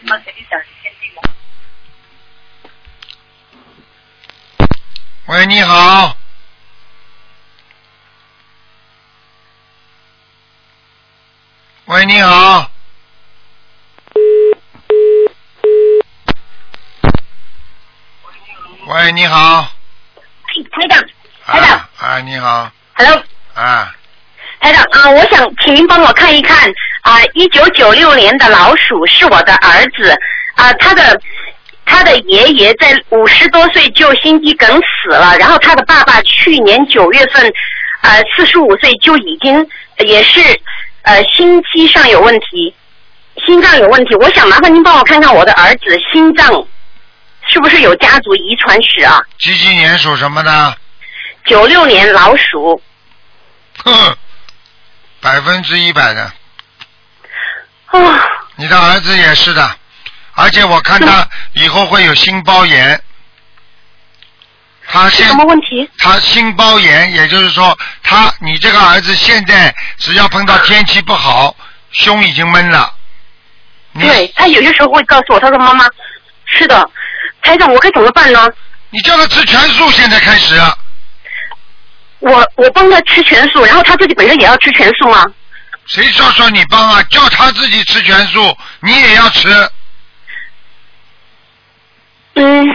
喂，你好。喂，你好。喂，你好。
台长台长
啊啊，你好
，Hello，
啊，
台长啊、我想请您帮我看一看啊，一九九六年的老鼠是我的儿子啊、他的他的爷爷在五十多岁就心肌梗死了，然后他的爸爸去年九月份呃四十五岁就已经也是呃心肌上有问题，心脏有问题，我想麻烦您帮我看看我的儿子心脏是不是有家族遗传史啊？
几几年属什么的？
九六年老鼠。
哼，百分之一百的，
啊、
你的儿子也是的，而且我看
嗯
他以后会有心包炎。他
是
现
什么问题？
他心包炎，也就是说，他你这个儿子现在只要碰到天气不好，胸已经闷了。你
对他有些时候会告诉我，他说妈妈，是的，台长，我该怎么办呢？
你叫他吃全素，现在开始。
我我帮他吃全素，然后他自己本身也要吃全素吗？
谁说说你帮啊？叫他自己吃全素，你也要吃。
嗯，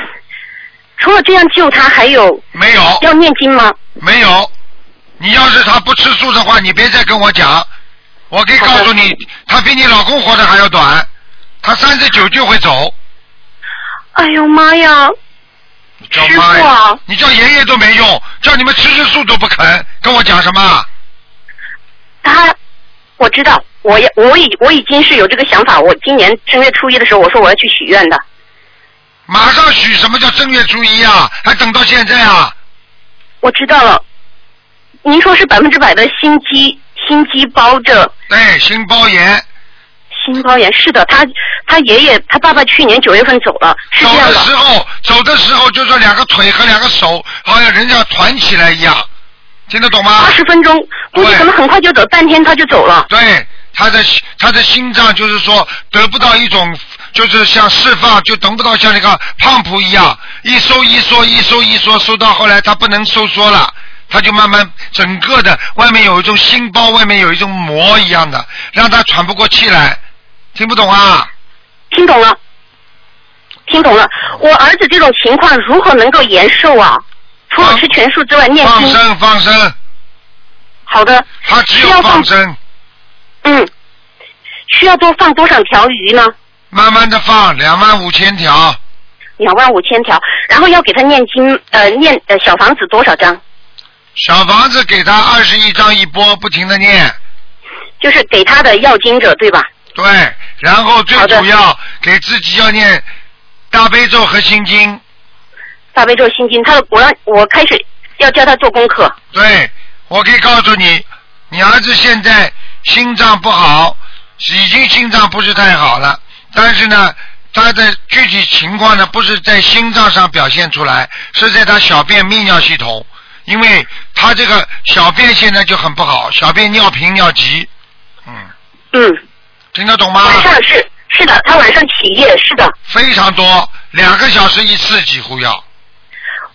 除了这样救他，还有
没有
要念经吗？
没有，你要是他不吃素的话，你别再跟我讲，我可以告诉你，他比你老公活得还要短，他三十九就会走。
哎呦妈呀！
叫妈
师傅
呀
啊！
你叫爷爷都没用，叫你们吃吃素都不肯，跟我讲什么啊？
他，我知道，我也我已我已经是有这个想法。我今年正月初一的时候，我说我要去许愿的。
马上许什么叫正月初一啊？还等到现在啊？
我知道了，您说是百分之百的心肌心肌包着
对，心包炎，
心包炎，是的，他他爷爷他爸爸去年九月份走了，是
走
这样
的
的。
时候，走的时候就说两个腿和两个手好像人家团起来一样，听得懂吗
二？十分钟，估计可能很快就走，半天他就走了。
对，他的心他的心脏就是说得不到一种，就是像释放，就得不到像那个胖脯一样，一收一缩，一收一缩，收到后来他不能收缩了。他就慢慢整个的外面有一种心包，外面有一种膜一样的，让他喘不过气来，听不懂啊？
听懂了，听懂了。我儿子这种情况如何能够延寿啊？除了吃全素之外，念
放
经。
生放生，
好的，
他只有
需要放
放生，
嗯，需要多放多少条鱼呢？
慢慢的放两万五千条，
两万五千条，然后要给他念经，呃，念呃小房子多少张？
小房子给他二十一张一波，不停的念。
就是给他的要经者，对吧？
对，然后最
好的
主要给自己要念大悲咒和心经。
大悲咒心经，他的我让我开始要教他做功课。
对，我可以告诉你，你儿子现在心脏不好，已经心脏不是太好了，但是呢，他的具体情况呢，不是在心脏上表现出来，是在他小便泌尿系统，因为他这个小便现在就很不好，小便尿频尿急，嗯，
嗯，
听得懂吗？
晚上是是的，他晚上起夜，是的。
非常多，两个小时一次几乎要。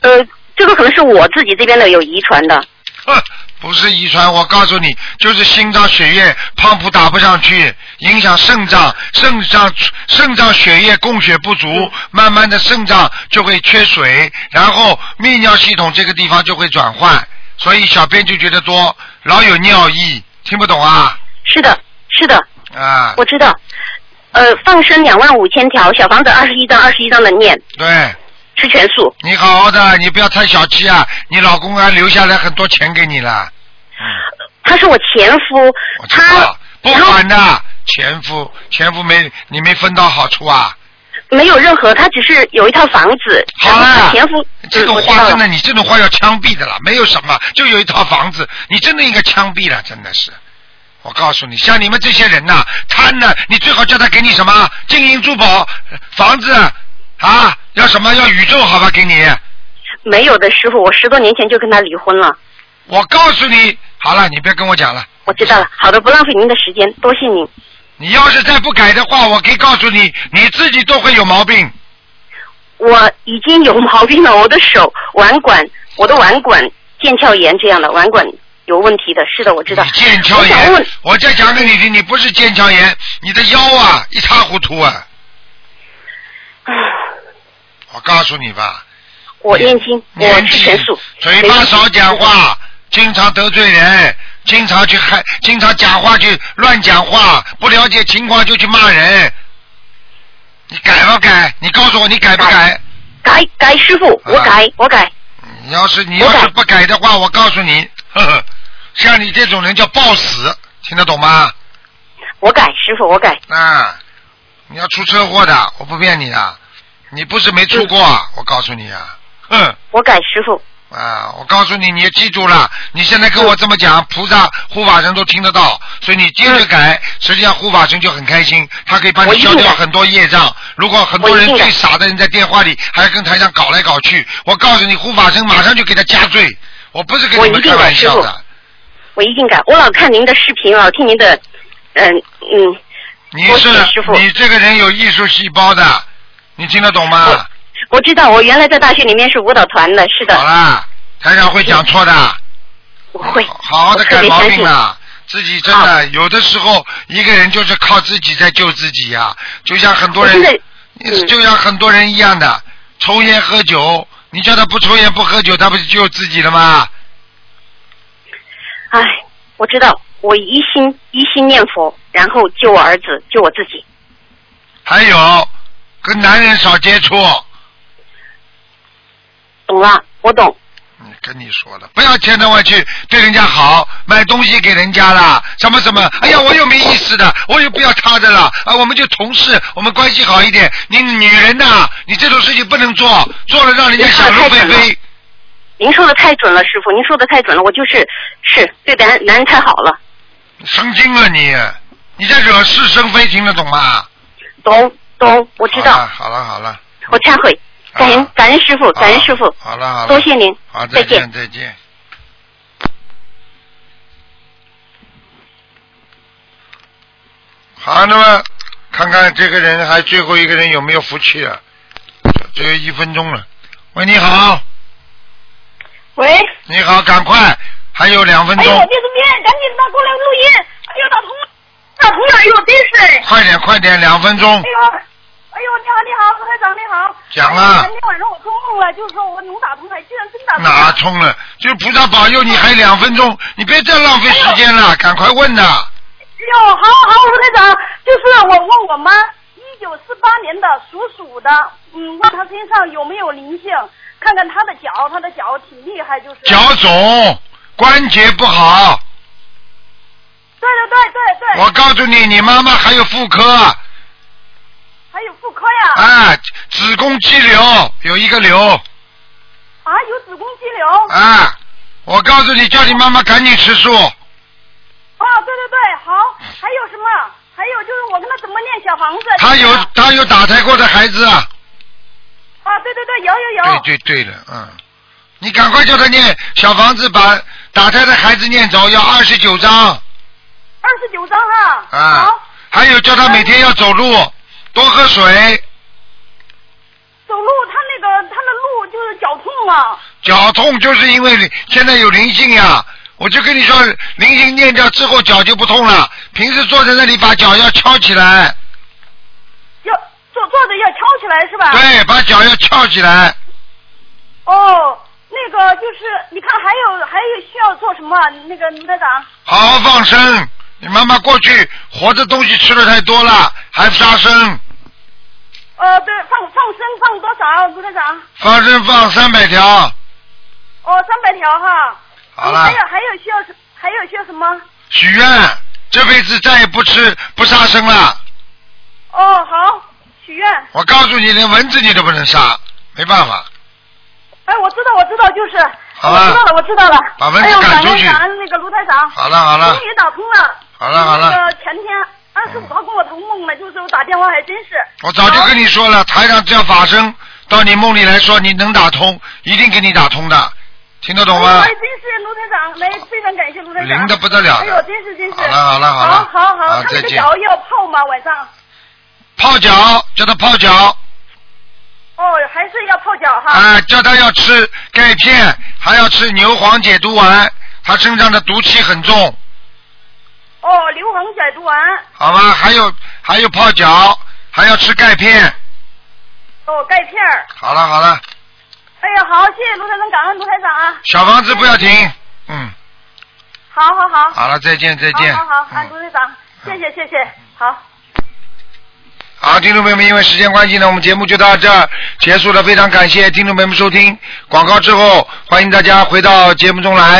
呃，这个可能是我自己这边的有遗传的。
哼， 不是遗传，我告诉你，就是心脏血液胖脯打不上去，影响肾脏，肾脏肾脏血液供血不
嗯
足，慢慢的肾脏就会缺水，然后泌尿系统这个地方就会转换，所以小便就觉得多，老有尿意，听不懂啊？
是的，是的，
啊，
我知道。呃，放生两万五千条，小房子二十一张，二十一张的念，
对。
吃全素。
你好好的，你不要太小气啊！你老公还留下来很多钱给你了，
他是我前夫，
我知
他
道，不管的，前夫前夫没你没分到好处啊！
没有任何，他只是有一套房子。
好了
然后他前夫，
这
嗯
种
我知
话
道
真的，
了。
你这种话要枪毙的了，没有什么，就有一套房子，你真的应该枪毙了，真的是。我告诉你，像你们这些人呐、贪呢，你最好叫他给你什么金银珠宝、房子啊，要什么要宇宙，好吧，给你。
没有的，师傅，我十多年前就跟他离婚了。
我告诉你，好了，你别跟我讲了。
我知道了，好的，不浪费您的时间，多谢您。
你要是再不改的话，我可以告诉你，你自己都会有毛病。
我已经有毛病了， 我的手腕管，我的腕管腱鞘炎这样的腕管有问题的，是的，我知道。
你腱鞘
我想
炎
问，
我再讲给你听，你不是腱鞘炎，你的腰啊一塌糊涂啊！我告诉你吧，
我念经，我
年
吃
纪
全素，
嗯嘴巴少讲话，经常得罪人，经常去害，经常讲话去乱讲话，不了解情况就去骂人。你改不改？你告诉我，你改不改？
改改师傅，我改我改，
你要是你要是不改的话，我告诉你，呵呵，像你这种人叫暴死，听得懂吗？
我改师傅，我改。
啊，你要出车祸的，我不骗你的，你不是没出
嗯
过啊，我告诉你啊，哼。
我改师傅，
啊，我告诉你，你也记住了。你现在跟我这么讲，
嗯
菩萨护法神都听得到，所以你接着改，实际上护法神就很开心，他可以帮
我
你
一
消
定
掉
改
很多业障。如果很多
我一
人
定改
最傻的人在电话里还要跟台上搞来搞去，我告诉你，护法神马上就给他加罪。我不是跟
我
你
一
们
定
开
改
玩
师
笑
傅
的，
我一定改。我老看您的视频，老听您的，嗯嗯，
你
我
是
谢谢师傅
你这个人有艺术细胞的，你听得懂吗？
我知道，我原来在大学里面是舞蹈团的，是
好
的，
啦，台上会讲错的。
我会。
好好的
我特
改
别啊
毛
相
病
信
了。自己真的有的时候，一个人就是靠自己在救自己呀、就像很多
我
人
现在，嗯
就像很多人一样的，抽烟喝酒，你叫他不抽烟不喝酒，他不是救自己了吗？
唉，我知道，我一心一心念佛，然后救我儿子，救我自己。
还有，跟男人少接触。
懂了，我懂。
嗯，跟你说了，不要千头万绪，对人家好，买东西给人家啦，什么什么，哎呀，我又没意思的，我又不要他的了啊，我们就同事，我们关系好一点。你女人呐、你这种事情不能做，做了让人家想入非非。
您说的太准了，师傅，您说的太准了，我就是是对男男人太好了，
神经了你，你在惹是生非，听得懂吗？
懂懂，我知道，
好了好了
我忏悔，感恩感恩师傅，感恩师傅，
好了好了，
多谢您
好，，再
再见
见。再见。好，那么看看这个人还最后一个人有没有福气啊？只有一分钟了。喂，你好，
喂，
你好，赶快，还有两分
哎呦，
钟，
弟子面，赶紧的过来录音，哎呦，打通了，打通了，哎呦，真是，
快点快点，两分
哎
钟，
呦，哎呦，你好你好，何台长你好，
讲啊
哎呦那晚上我做梦了，就是说我能打通台，居然真打通了，
哪冲了？就是菩萨保佑你，还两分钟，你别再浪费时间了，赶快问呐。
哟，好好，吴台长，就是我问我妈，一九四八年的属鼠的，嗯，问她身上有没有灵性，看看她的脚，她的脚挺厉害，就是。
脚肿，关节不好。
对对对对对。
我告诉你，你妈妈还有妇科，
还有妇科呀。
啊，子宫肌瘤有一个瘤，
啊，有子宫肌瘤。
啊，我告诉你，叫你妈妈赶紧吃
哎
素，
哦，对对对，好，还有什么？还有就是我跟她怎么念小房子？
她有她有打胎过的孩子啊。
啊，对对对，有有有。
对对对了，嗯，你赶快叫她念小房子，把打胎的孩子念走，要二十九章
二十九张哈。
啊
好，。
还有叫她每天要走路，多喝水，
走路她那个她的路就是脚痛啊。
脚痛就是因为现在有灵性呀。我就跟你说，灵性念掉之后脚就不痛了。平时坐在那里把脚要翘起来，
要坐坐着要翘起来是吧？
对，把脚要翘起来。
哦，那个就是你看还有还有需要做什么啊？那个卢台长。
好好放生。你妈妈过去活的东西吃的太多了，还杀生，
呃，对，放放生放多少，啊卢台长？
放生放三百条。
哦，三百条哈。
好了
还，有还有需要什还有需要什么？
许愿，这辈子再也不吃不杀生了。
哦，好，许愿。
我告诉你，连蚊子你都不能杀，没办法，
哎，我知道，我知道，就是。
好
我
了
知道了，我知道了。
把蚊子
哎呦，
赶
感
出
恩
去
感恩那个卢台长。
好了好了
终于打通了。
好了好了
那个前天啊二十五号跟我同梦了，就是我打电话还真是。
我早就跟你说了，台上只要法生到你梦里来说，你能打通，一定给你打通的，听得懂吗
哎，？真是卢台长，来，非常感谢卢台长。
灵得不得了的
哎呦，真是真是。
好了好了好
好
了
好
好
好，他
再
那个
见
脚要泡吗？晚上？
泡脚，叫他泡脚。
哦，还是要泡脚哈。
啊，叫他要吃钙片，还要吃牛黄解毒丸，他身上的毒气很重，
哦，硫磺解毒丸。
好吧？还有还有泡脚，还要吃钙片。
哦，钙片儿。
好了好了，
哎呀，好，谢谢卢台长，感恩卢台长啊。
小房子不要停。嗯，
好好好。
好了，再见再见。嗯
好好好，啊，卢队长，谢谢谢谢，好。
好，听众朋友们，因为时间关系呢，我们节目就到这儿结束了。非常感谢听众朋友们收听广告之后，欢迎大家回到节目中来。